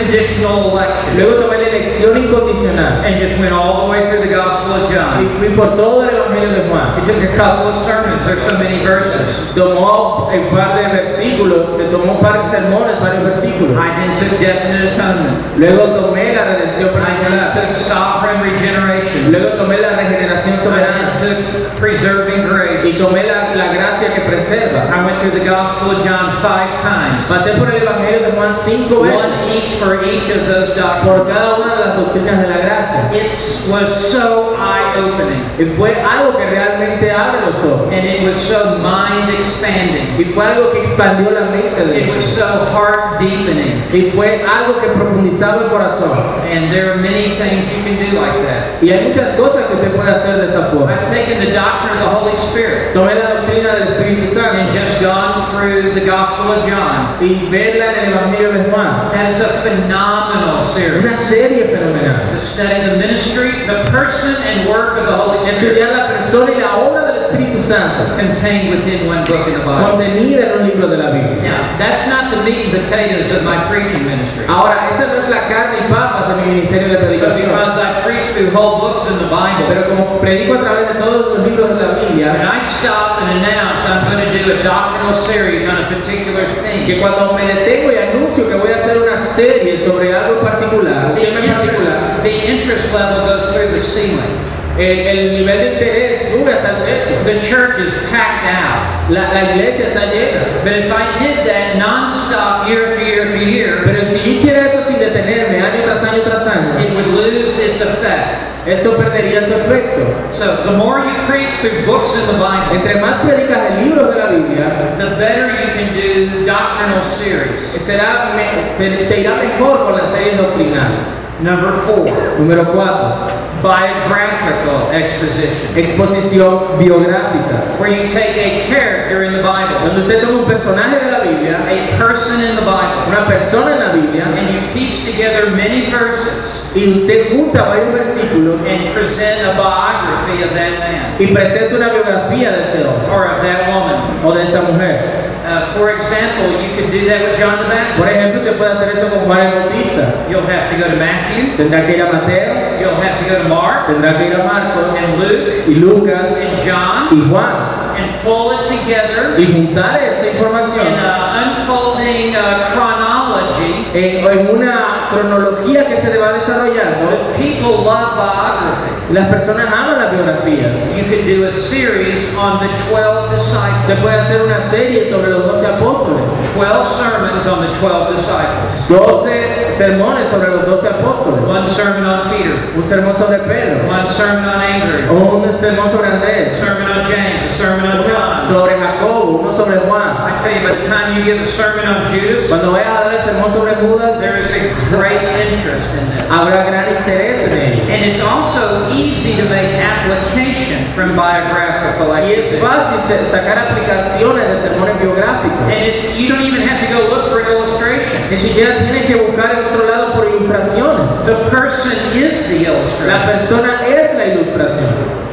unconditional election Luego tomé la elección incondicional. and just went all the way through the Gospel of Y John. fui por todo el Evangelio de Juan. It took a couple of sermons. There's so many verses. Tomó un par de versículos, me tomó un par de sermones, varios versículos. I then took definite atonement. Luego tomé la redención I particular. then took sovereign regeneration. Luego tomé la regeneración I soberana. then took preserving Y grace. tomé la, la gracia que preserva. I went through the Gospel of John five times. Pasé por el Evangelio de Juan cinco veces. One each for each of those Por doctrines. cada una de las doctrinas de la gracia. It was so eye-opening. Y fue algo que realmente abre los ojos. And it was so mind-expanding. Y fue algo que expandió la mente de It was Dios. so heart-deepening. Y fue algo que profundizaba el corazón. And there are many things you can do like that. Y hay muchas cosas que usted puede hacer de esa forma. I've taken the doctrine of the Holy Spirit Tomé la doctrina del Espíritu Santo. and just gone through the Gospel of John. y verla en el Evangelio de Juan. That is a phenomenal series. Una serie fenomenal. To study the ministry, the person and work of the Holy Spirit Estudiar la persona y la obra del Espíritu Santo contained within one book in the Bible. contenida en un libro de la Biblia. Now, that's not the meat and potatoes of my preaching ministry. Ahora, esa no es la carne y papas de mi ministerio de But predicación, because I preach through whole books in the Bible, pero como predico a través de todos los libros de la when Biblia, I stop and announce I'm going to do a doctrinal series on a particular que theme, cuando me detengo y anuncio que voy a hacer una serie sobre algo en particular, un the tema en particular, interest, the interest level goes through the ceiling. el, el nivel de interés sube hasta el techo. The church is packed out. La, la iglesia está llena. But if I did that nonstop year after year after year, Pero si yo hiciera eso sin detenerme año tras año tras año, it would lose its effect. eso perdería su efecto. So the more you preach through books in the Bible, Entre más predicas el libro de la Biblia, the better you can do doctrinal series. será me- te, te irá mejor con las series doctrinales. Number four, Número 4. biographical exposition, Exposición biográfica. where you take a character in the Bible, Donde usted toma un personaje de la Biblia, a person in the Bible, una persona en la Biblia, and you piece together many verses y usted junta varios versículos and present a biography of that man y presenta una biografía de ese hombre or of that woman. o de esa mujer. Uh, for example, you could do that with John the Por Baptist. ejemplo, usted puede hacer eso con Juan el Bautista. You'll have to go to Matthew, Tendrá que ir a Mateo, you'll have to go to Mark tendrá que ir a Marcos and Luke y Lucas and John. y Juan and pull it together y juntar esta in información an unfolding uh, chronology. en, en una cronología que se va desarrollando, But people love biography. las personas aman la biografía. You could do a series on the 12 Usted disciples, puede hacer una serie sobre los 12 apóstoles, 12 sermons on the 12 disciples, 12 sermones sobre los 12 apóstoles, one sermon on Peter, un sermón sobre Pedro, one sermon on Andrew, un sermón sobre a Andrés, sermon on James, a sermon on uno John. sobre Jacobo, uno sobre Juan. I tell you, by the time you give a sermon on Judas, Cuando vayas a dar el sermón sobre Judas, there is a great interest in this. habrá gran interés en ello. And it's also easy to make application from biographical Y es activities. fácil de sacar aplicaciones de sermones biográficos. And it's, you don't even have to go look for illustration. Ni siquiera tienes que buscar en otro lado por ilustraciones. The person is the La illustration. persona es la ilustración.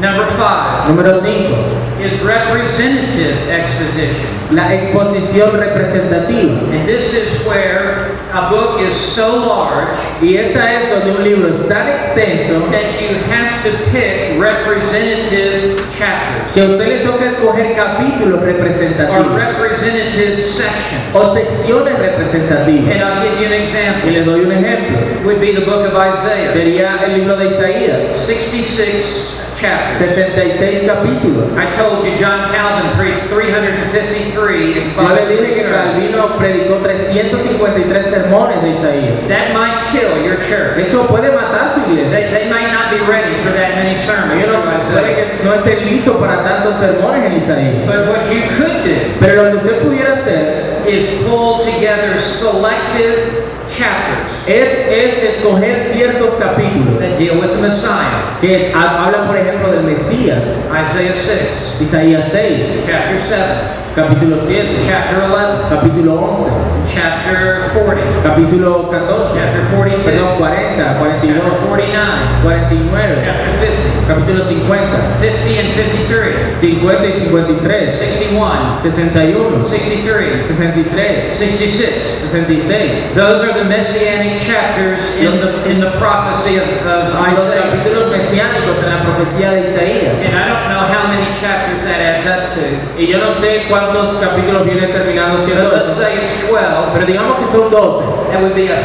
Number five Número 5. is representative exposition. La exposición representativa. And this is where a book is so large Y esta es donde un libro es tan extenso that you have to pick representative chapters que a usted le toca escoger capítulos or representativos representative sections. o secciones representativas. And I'll give you an example. Y le doy un ejemplo. It would be the book of Isaiah, Sería el libro de Isaías, 66 chapters. 66 capítulos. I told you John Calvin preached Yo le 353 dije expository que sermons. Calvino predicó 353 sermones de Isaías. That might kill your church. Eso puede matar su iglesia. They, they might not be ready for that many sermons Ellos from no, puede Isaiah. que no estén listos para tantos sermones en Isaías. But what you could do Pero lo que usted pudiera hacer is pull together selective chapters es, es escoger ciertos capítulos that deal with the Messiah. que ha- hablan, por ejemplo, del Mesías, Isaiah 6, Isaías 6, chapter 7, capítulo 7, chapter 11, capítulo 11, chapter 40, capítulo 14, chapter 42, perdón, 40, 42, chapter 49, 49, chapter capítulo 50, 50, 50 and 53, 50 y 53, 61, 61, 63, 63, 66. 66. Those are the messianic chapters in the, in the prophecy of, of Los Isaiah. capítulos mesiánicos en la profecía de Isaías. And I don't know how many chapters that adds up to. Y yo no sé cuántos capítulos vienen terminando siendo But let's eso, say it's 12. pero digamos que son 12. That would be a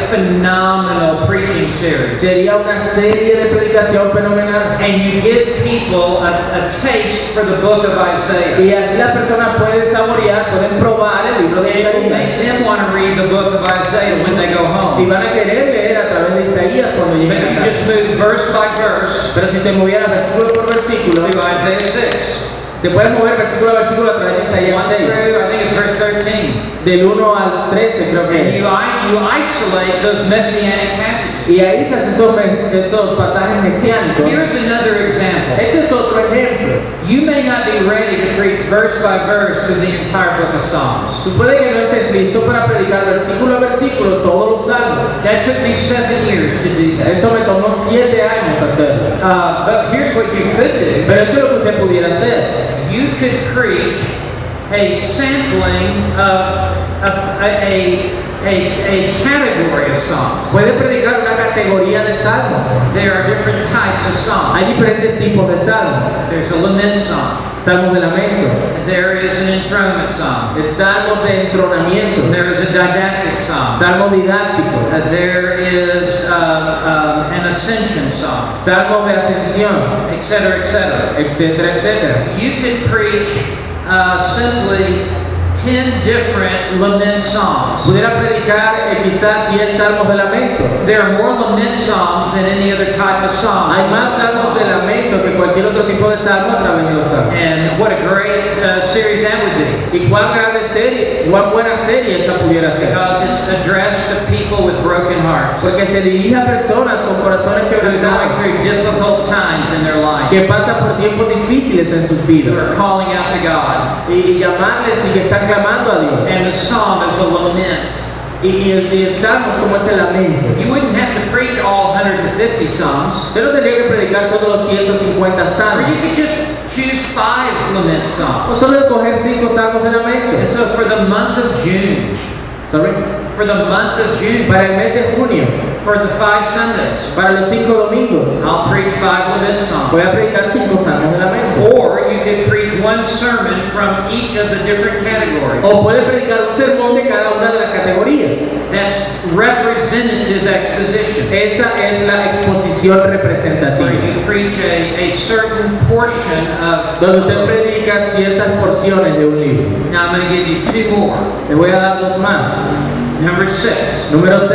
phenomenal preaching series. Sería una serie de predicación fenomenal. And you give people a, a taste for the book of Isaiah. Y así las personas pueden saborear, pueden probar el libro de And it will Isaías. make them want to read the book of Isaiah when they go Y home. van a querer leer a través de Isaías cuando But lleguen you a casa. just move verse by verse Pero si te movieras versículo por versículo, through Isaiah 6. te puedes mover versículo a versículo a través de Isaías 1 6, through, I think it's verse 13. del 1 al 13 creo que And es. you, i- you isolate those messianic passages. Y ahí estás esos, mes- esos pasajes mesiánicos. Here's another example. Este es otro ejemplo. You may not be ready to preach verse by verse through the entire book of Psalms. Tú puede que no estés listo para predicar versículo a versículo todos los salmos. That took me seven years to do that. Eso me tomó siete años hacerlo. Uh, but here's what you could do. Pero esto es lo que usted pudiera hacer. You could preach a sampling of, of a, a, a, a category of Psalms. Puede predicar una categoría de salmos. There are different types of Hay Psalms. diferentes tipos de salmos. There's a lament psalm. Salmos de lamento, There is an enthronement psalm. salmos de entronamiento, There is a didactic psalm. salmos didácticos, Uh, there is uh, um, an ascension song, salmos de ascensión, etc., etc. etcétera, etcétera. You can preach uh, simply 10 different lament songs. Pudiera predicar eh, quizás 10 salmos de lamento. There are more lament songs than any other type of song. Hay más salmos de lamento que cualquier otro tipo de salmo a través de los salmos. And what a great uh, series that would be. Y cuán grande serie, cuán buena serie esa pudiera ser. Because it's addressed to people with broken hearts who Porque se dirige a personas con corazones are going quebrantados, through difficult times in their life, que pasan por tiempos difíciles en sus who vidas. are calling out to God. Y, y llamarles y que están clamando a Dios. And the psalm is a lament. Y, y el, y el salmo es como ese lamento. You wouldn't have to preach all 150 psalms, Usted no tendría que predicar todos los 150 or you salmos. could just choose five lament O songs. solo escoger cinco salmos de And lamento. so for the month of June, Sorry. for the month of June, Para el mes de junio, for the five Sundays, para los cinco domingos, I'll preach five lament voy songs. a predicar cinco salmos de lamento. Or you could preach one sermon from each of the different categories. O puede predicar un sermón de cada una de las categorías. That's representative exposition, Esa es la exposición where representativa, you preach a, a certain portion of. donde usted predica ciertas porciones de un libro. Now I'm going to give you two more. Le voy a dar dos más. Number six, Número 6.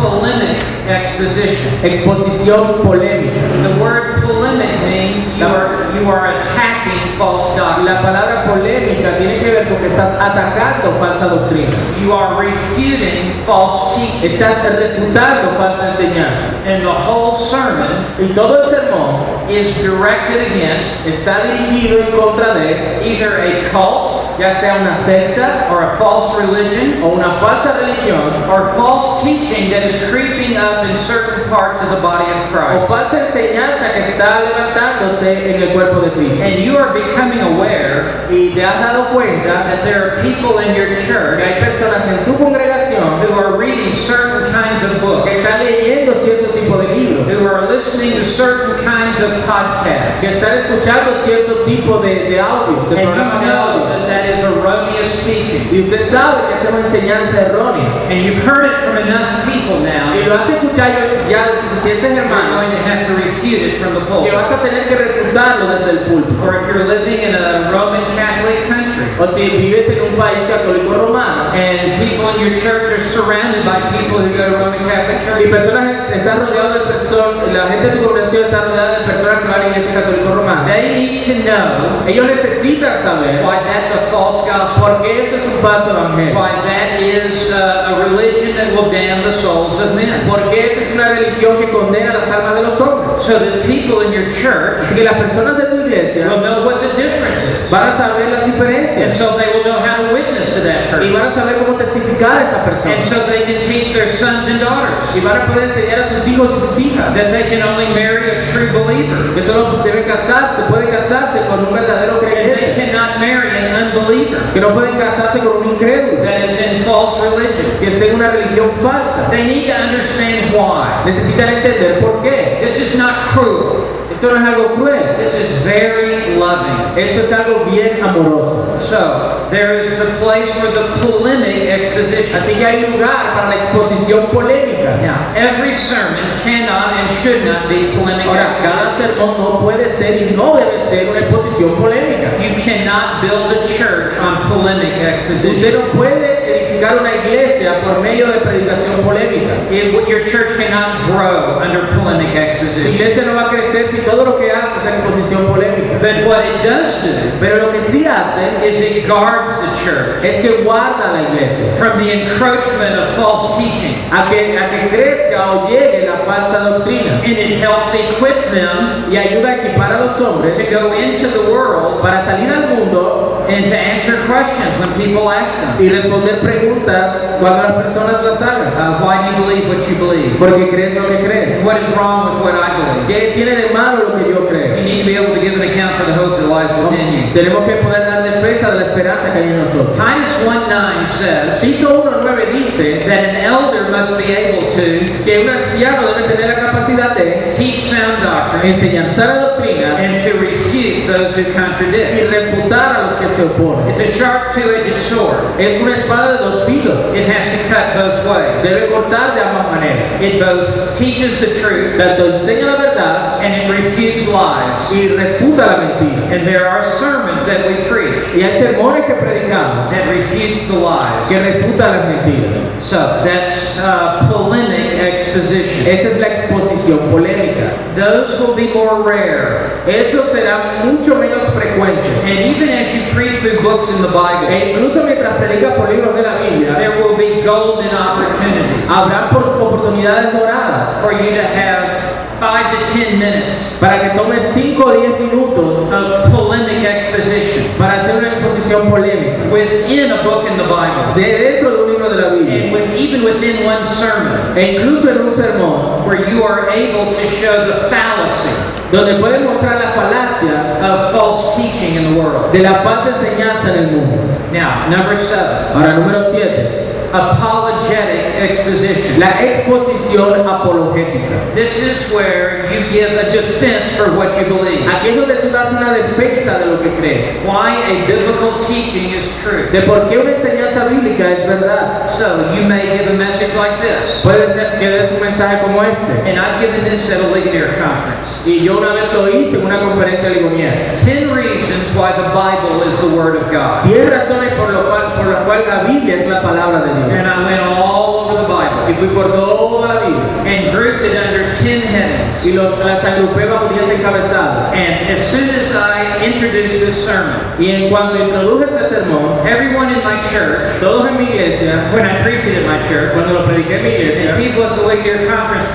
polemic exposition. Exposición polémica. The word polemic means you are, you are attacking false La doctrine. palabra polémica tiene que ver con que estás atacando falsa doctrina. You are refuting false teaching. Estás refutando falsa enseñanza. And the whole sermon Y todo el sermón is directed against está dirigido en contra de either a cult ya sea una secta or a false religion o una falsa religión or false teaching that is creeping up in certain parts of the body o of Christ. falsa enseñanza que está levantándose en el cuerpo de Cristo. And you are becoming aware Y te has dado cuenta that there are people in your que church hay personas en tu congregación who are reading certain kinds of books, que están leyendo cierto tipo de libros, who are listening to certain kinds of que podcasts, están escuchando cierto tipo de, de audio, de and you programas de know audio. that that is erroneous teaching. Y usted sabe que esa es una enseñanza errónea. And you've heard it from enough people now, Y you're lo has escuchado ya de suficientes hermanos going to have to refute it from the que pulpit. vas a tener que refutarlo desde el púlpito. Or if you're living in a Roman Catholic country, O si vives en un país católico romano and people in your church are surrounded by people who go to Roman Catholic y churches, personas están rodeadas de personas, la gente de tu congregación está rodeada de personas que van a la iglesia católico romana. they need to know Ellos necesitan saber why that's a false gospel, por qué eso es un falso evangelio, why that is uh, a religion that will damn the souls of men. por qué esa es una religión que condena las almas de los hombres. So that people in your church Así que las personas de tu iglesia will know what the difference is. van a saber las And diferencias so they will know how to witness to that y person. van a saber cómo testificar a esa And persona so they can teach their sons and daughters. y van a poder enseñar a sus hijos y sus hijas that they can only marry a true believer. que solo deben casarse, pueden casarse con un verdadero And they creyente, cannot marry an unbeliever que no pueden casarse con un incrédulo. that is in false religion. que esté en una religión falsa. They need to understand why. Necesitan entender por qué. This is not cruel. Esto no es algo cruel. This is very loving. Esto es algo bien amoroso. So, there is the place for the polemic exposition. Así que hay lugar para la exposición polémica. Now, every sermon cannot and should not be polemic Ahora, cada exposition. sermón no puede ser y no debe ser una exposición polémica. You cannot build a church on polemic Usted exposition. no puede edificar una iglesia por medio de predicación polémica. It- your church cannot grow under polemic Su exposition. iglesia no va a crecer si todo lo que hace es exposición polémica. But what it does do Pero lo que sí hace is it guards the church es que guarda a la iglesia. from the encroachment of false teaching A que, a que crezca o llegue la falsa doctrina. and it helps equip them y ayuda a equipar a los hombres to go into the world para salir al mundo and to answer questions when people ask them y responder preguntas cuando las personas las hagan. uh, why do you believe what you believe ¿Por qué crees lo que crees? what is wrong with what i believe ¿Qué tiene de malo lo que yo you creo? need to be able to give an account for the hope that lies within you Tenemos que poder dar defensa de la esperanza que hay en nosotros. titus 1.9 says Tito 1.9 dice that an elder must be able to que un anciano debe tener la capacidad de teach sound doctrine enseñar sana doctrina and to refute those who y contradict refutar a los que se oponen. it's a sharp two-edged sword Es una espada de dos filos. It has to cut both ways. Debe cortar de ambas maneras. It both teaches the truth Tanto enseña la verdad and it refutes lies. y refuta la mentira. And there are sermons that we preach Y hay sermones que predicamos that refutes the que lies. refutan las mentiras. So that's uh, polemic exposition. Esa es la exposición polémica. Those will be more rare. Eso será mucho menos frecuente. And even as you preach through books in the Bible, E incluso mientras predicas por libros de la Biblia, there will be golden opportunities habrá por- oportunidades moradas for you to have five to ten minutes para que tomes 5 o 10 minutos of polemic exposition para hacer una exposición polémica within a book in the Bible de dentro de un libro de la and Biblia. with, even within one sermon. E incluso en un sermón where you are able to show the fallacy donde puedes mostrar la falacia of false teaching in the world. de la falsa enseñanza en el mundo. Now, number seven, Ahora, número 7. apologetic exposition. La exposición apologética. This is where you give a defense for what you believe. Aquí es donde tú das una defensa de lo que crees, Why a biblical teaching is true. de por qué una enseñanza bíblica es verdad. So, you may give a message like this. Puede ser que des un mensaje como este. And I've given this at a Ligonier conference. Y yo una vez lo hice en una conferencia ligoniana. Ten reasons why the Bible is the Word of God. Diez razones por, lo cual, por las cuales la Biblia es la palabra de Dios. And I went all over the Bible Y fui por toda la Biblia. and grouped it under ten headings. Y los, las agrupé bajo diez encabezados. And as soon as I introduced this sermon, Y en cuanto introduje este sermón, everyone in my church, todos en mi iglesia, when I preached it at my church, cuando lo prediqué en mi and iglesia, people at the Lake Deer Conference,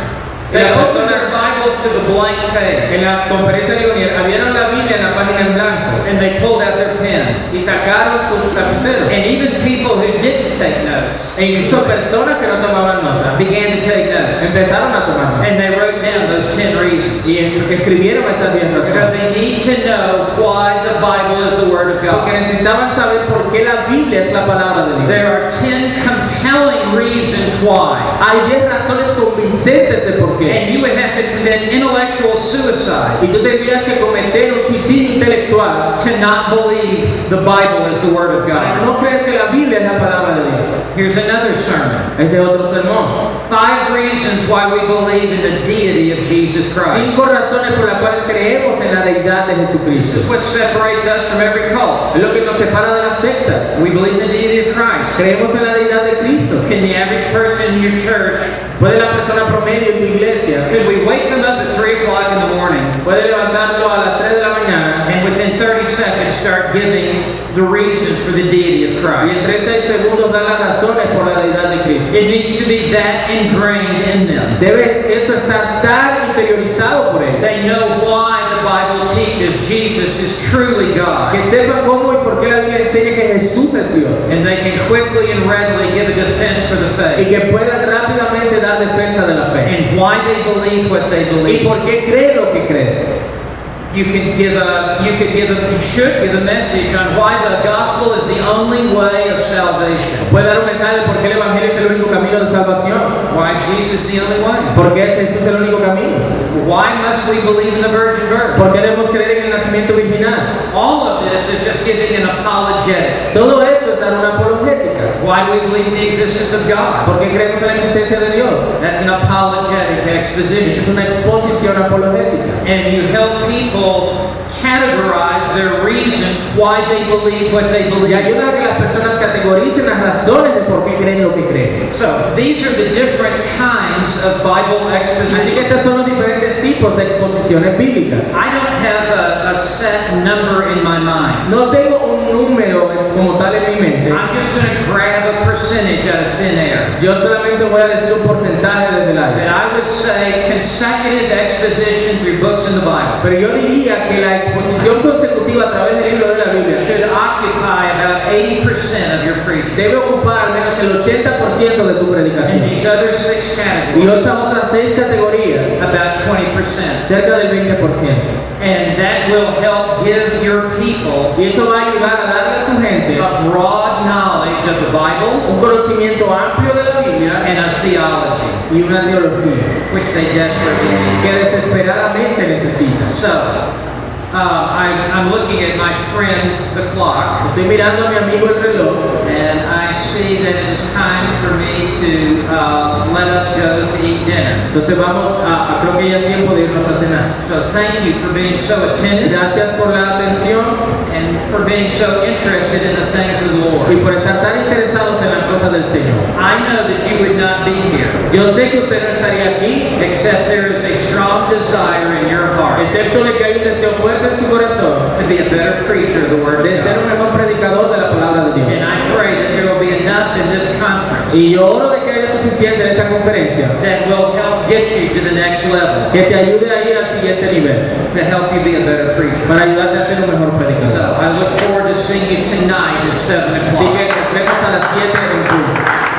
they Yeah. opened their Bibles to the blank en page. las conferencias ligonieras, abrieron la Biblia en la página en blanco. and they pulled out their pen. y sacaron sus tapiceros. And even people who didn't take notes E incluso personas que no tomaban nota began to take notes. empezaron a tomar nota And they wrote down those 10 reasons. y es- escribieron esas 10 Because razones. they need to know why the Bible is the Word of Porque God. necesitaban saber por qué la Biblia es la palabra de Dios. There are 10 compelling reasons why. Hay 10 razones convincentes de por qué. And you would have to commit intellectual suicide Y tú tendrías que cometer un suicidio intelectual to not believe the Bible is the Word of para God. no creer que la Biblia es la palabra de Dios. Here's another sermon. Este es otro sermón. Five reasons why we believe in the deity of Jesus Christ. Cinco razones por las cuales creemos en la deidad de This is Jesucristo. what separates us from every cult. Es lo que nos separa de las sectas. We believe in the deity of Christ. Creemos en la deidad de Cristo. Can the average person in your church, Puede la persona promedio en tu iglesia, could we wake them up at 3 o'clock in the morning puede levantarlo a las 3 de la mañana and within 30 seconds start giving the reasons for the deity of y en Christ? 30 segundos dar las razones por la deidad de Cristo. It needs to be that ingrained in them. Debes, eso está tan interiorizado por él. They know why the Bible teaches Jesus is truly Que God. sepa cómo y por qué la Biblia enseña que Jesús es Dios. And they can quickly and readily give a defense for the Y faith. que puedan rápidamente dar defensa de la fe. And why they believe what they ¿Y believe. por qué cree lo que cree? You can give a, you could give a, you should give a message on why the gospel is the only way of salvation. Puede dar un mensaje de por qué el Evangelio es el único camino de salvación. Why is Jesus the only way? ¿Por qué es Jesús el único camino? Why must we believe in the virgin birth? ¿Por qué debemos creer en el nacimiento virginal? All of this is just giving an apologetic. Todo esto es dar una apologética. Why do we believe in the existence of God? ¿Por qué creemos en la existencia de Dios? That's an apologetic Es exposition. una exposición apologética. and you help people categorize their reasons why they believe what Y they believe. ayuda a que las personas categoricen las razones de por qué creen lo que creen. So these are the different kinds of Bible Así que exposition. estos son los diferentes tipos de exposiciones bíblicas. I don't have a, a set number in my mind. No tengo un número como tal en mi mente. I'm just going to grab a percentage out of thin air. Yo solamente voy a decir un porcentaje desde el aire. And I would say consecutive exposition through books in the Bible Pero yo diría que la exposición consecutiva a través del libro de la Biblia should occupy about 80% of your preaching. debe ocupar al menos el 80% de tu And predicación. these other six Y categories, otras otras seis categorías, about 20%. cerca del 20%. And that will help give your people Y eso va a ayudar a darle a tu gente a broad knowledge of the Bible un conocimiento amplio de la Biblia and of theology, y una teología which they desperately need. que desesperadamente necesitas. So, uh, I, I'm looking at my friend, the clock, Estoy mirando a mi amigo el reloj and I see that it is time for me to uh, let us go to eat dinner. entonces vamos a, a- creo que ya es tiempo de irnos a cenar. So, thank you for being so attentive Gracias por la atención and for being so interested in the things of the y Lord. por estar tan interesados en las cosas del Señor. I know that you would not be here Yo sé que usted no estaría aquí, except there is a strong desire in your heart. excepto de que hay un deseo fuerte en su corazón to be a better preacher of the Word de of ser un God. mejor predicador de la palabra de And Dios. I pray that there will be enough in this conference Y yo oro de que haya suficiente en esta conferencia that will help get you to the next level que te ayude a ir al siguiente nivel. to help you be a better preacher. para ayudarte a ser un mejor So predicador. I look forward to seeing you tonight at 7 Así o'clock. que nos vemos a las 7 en punto.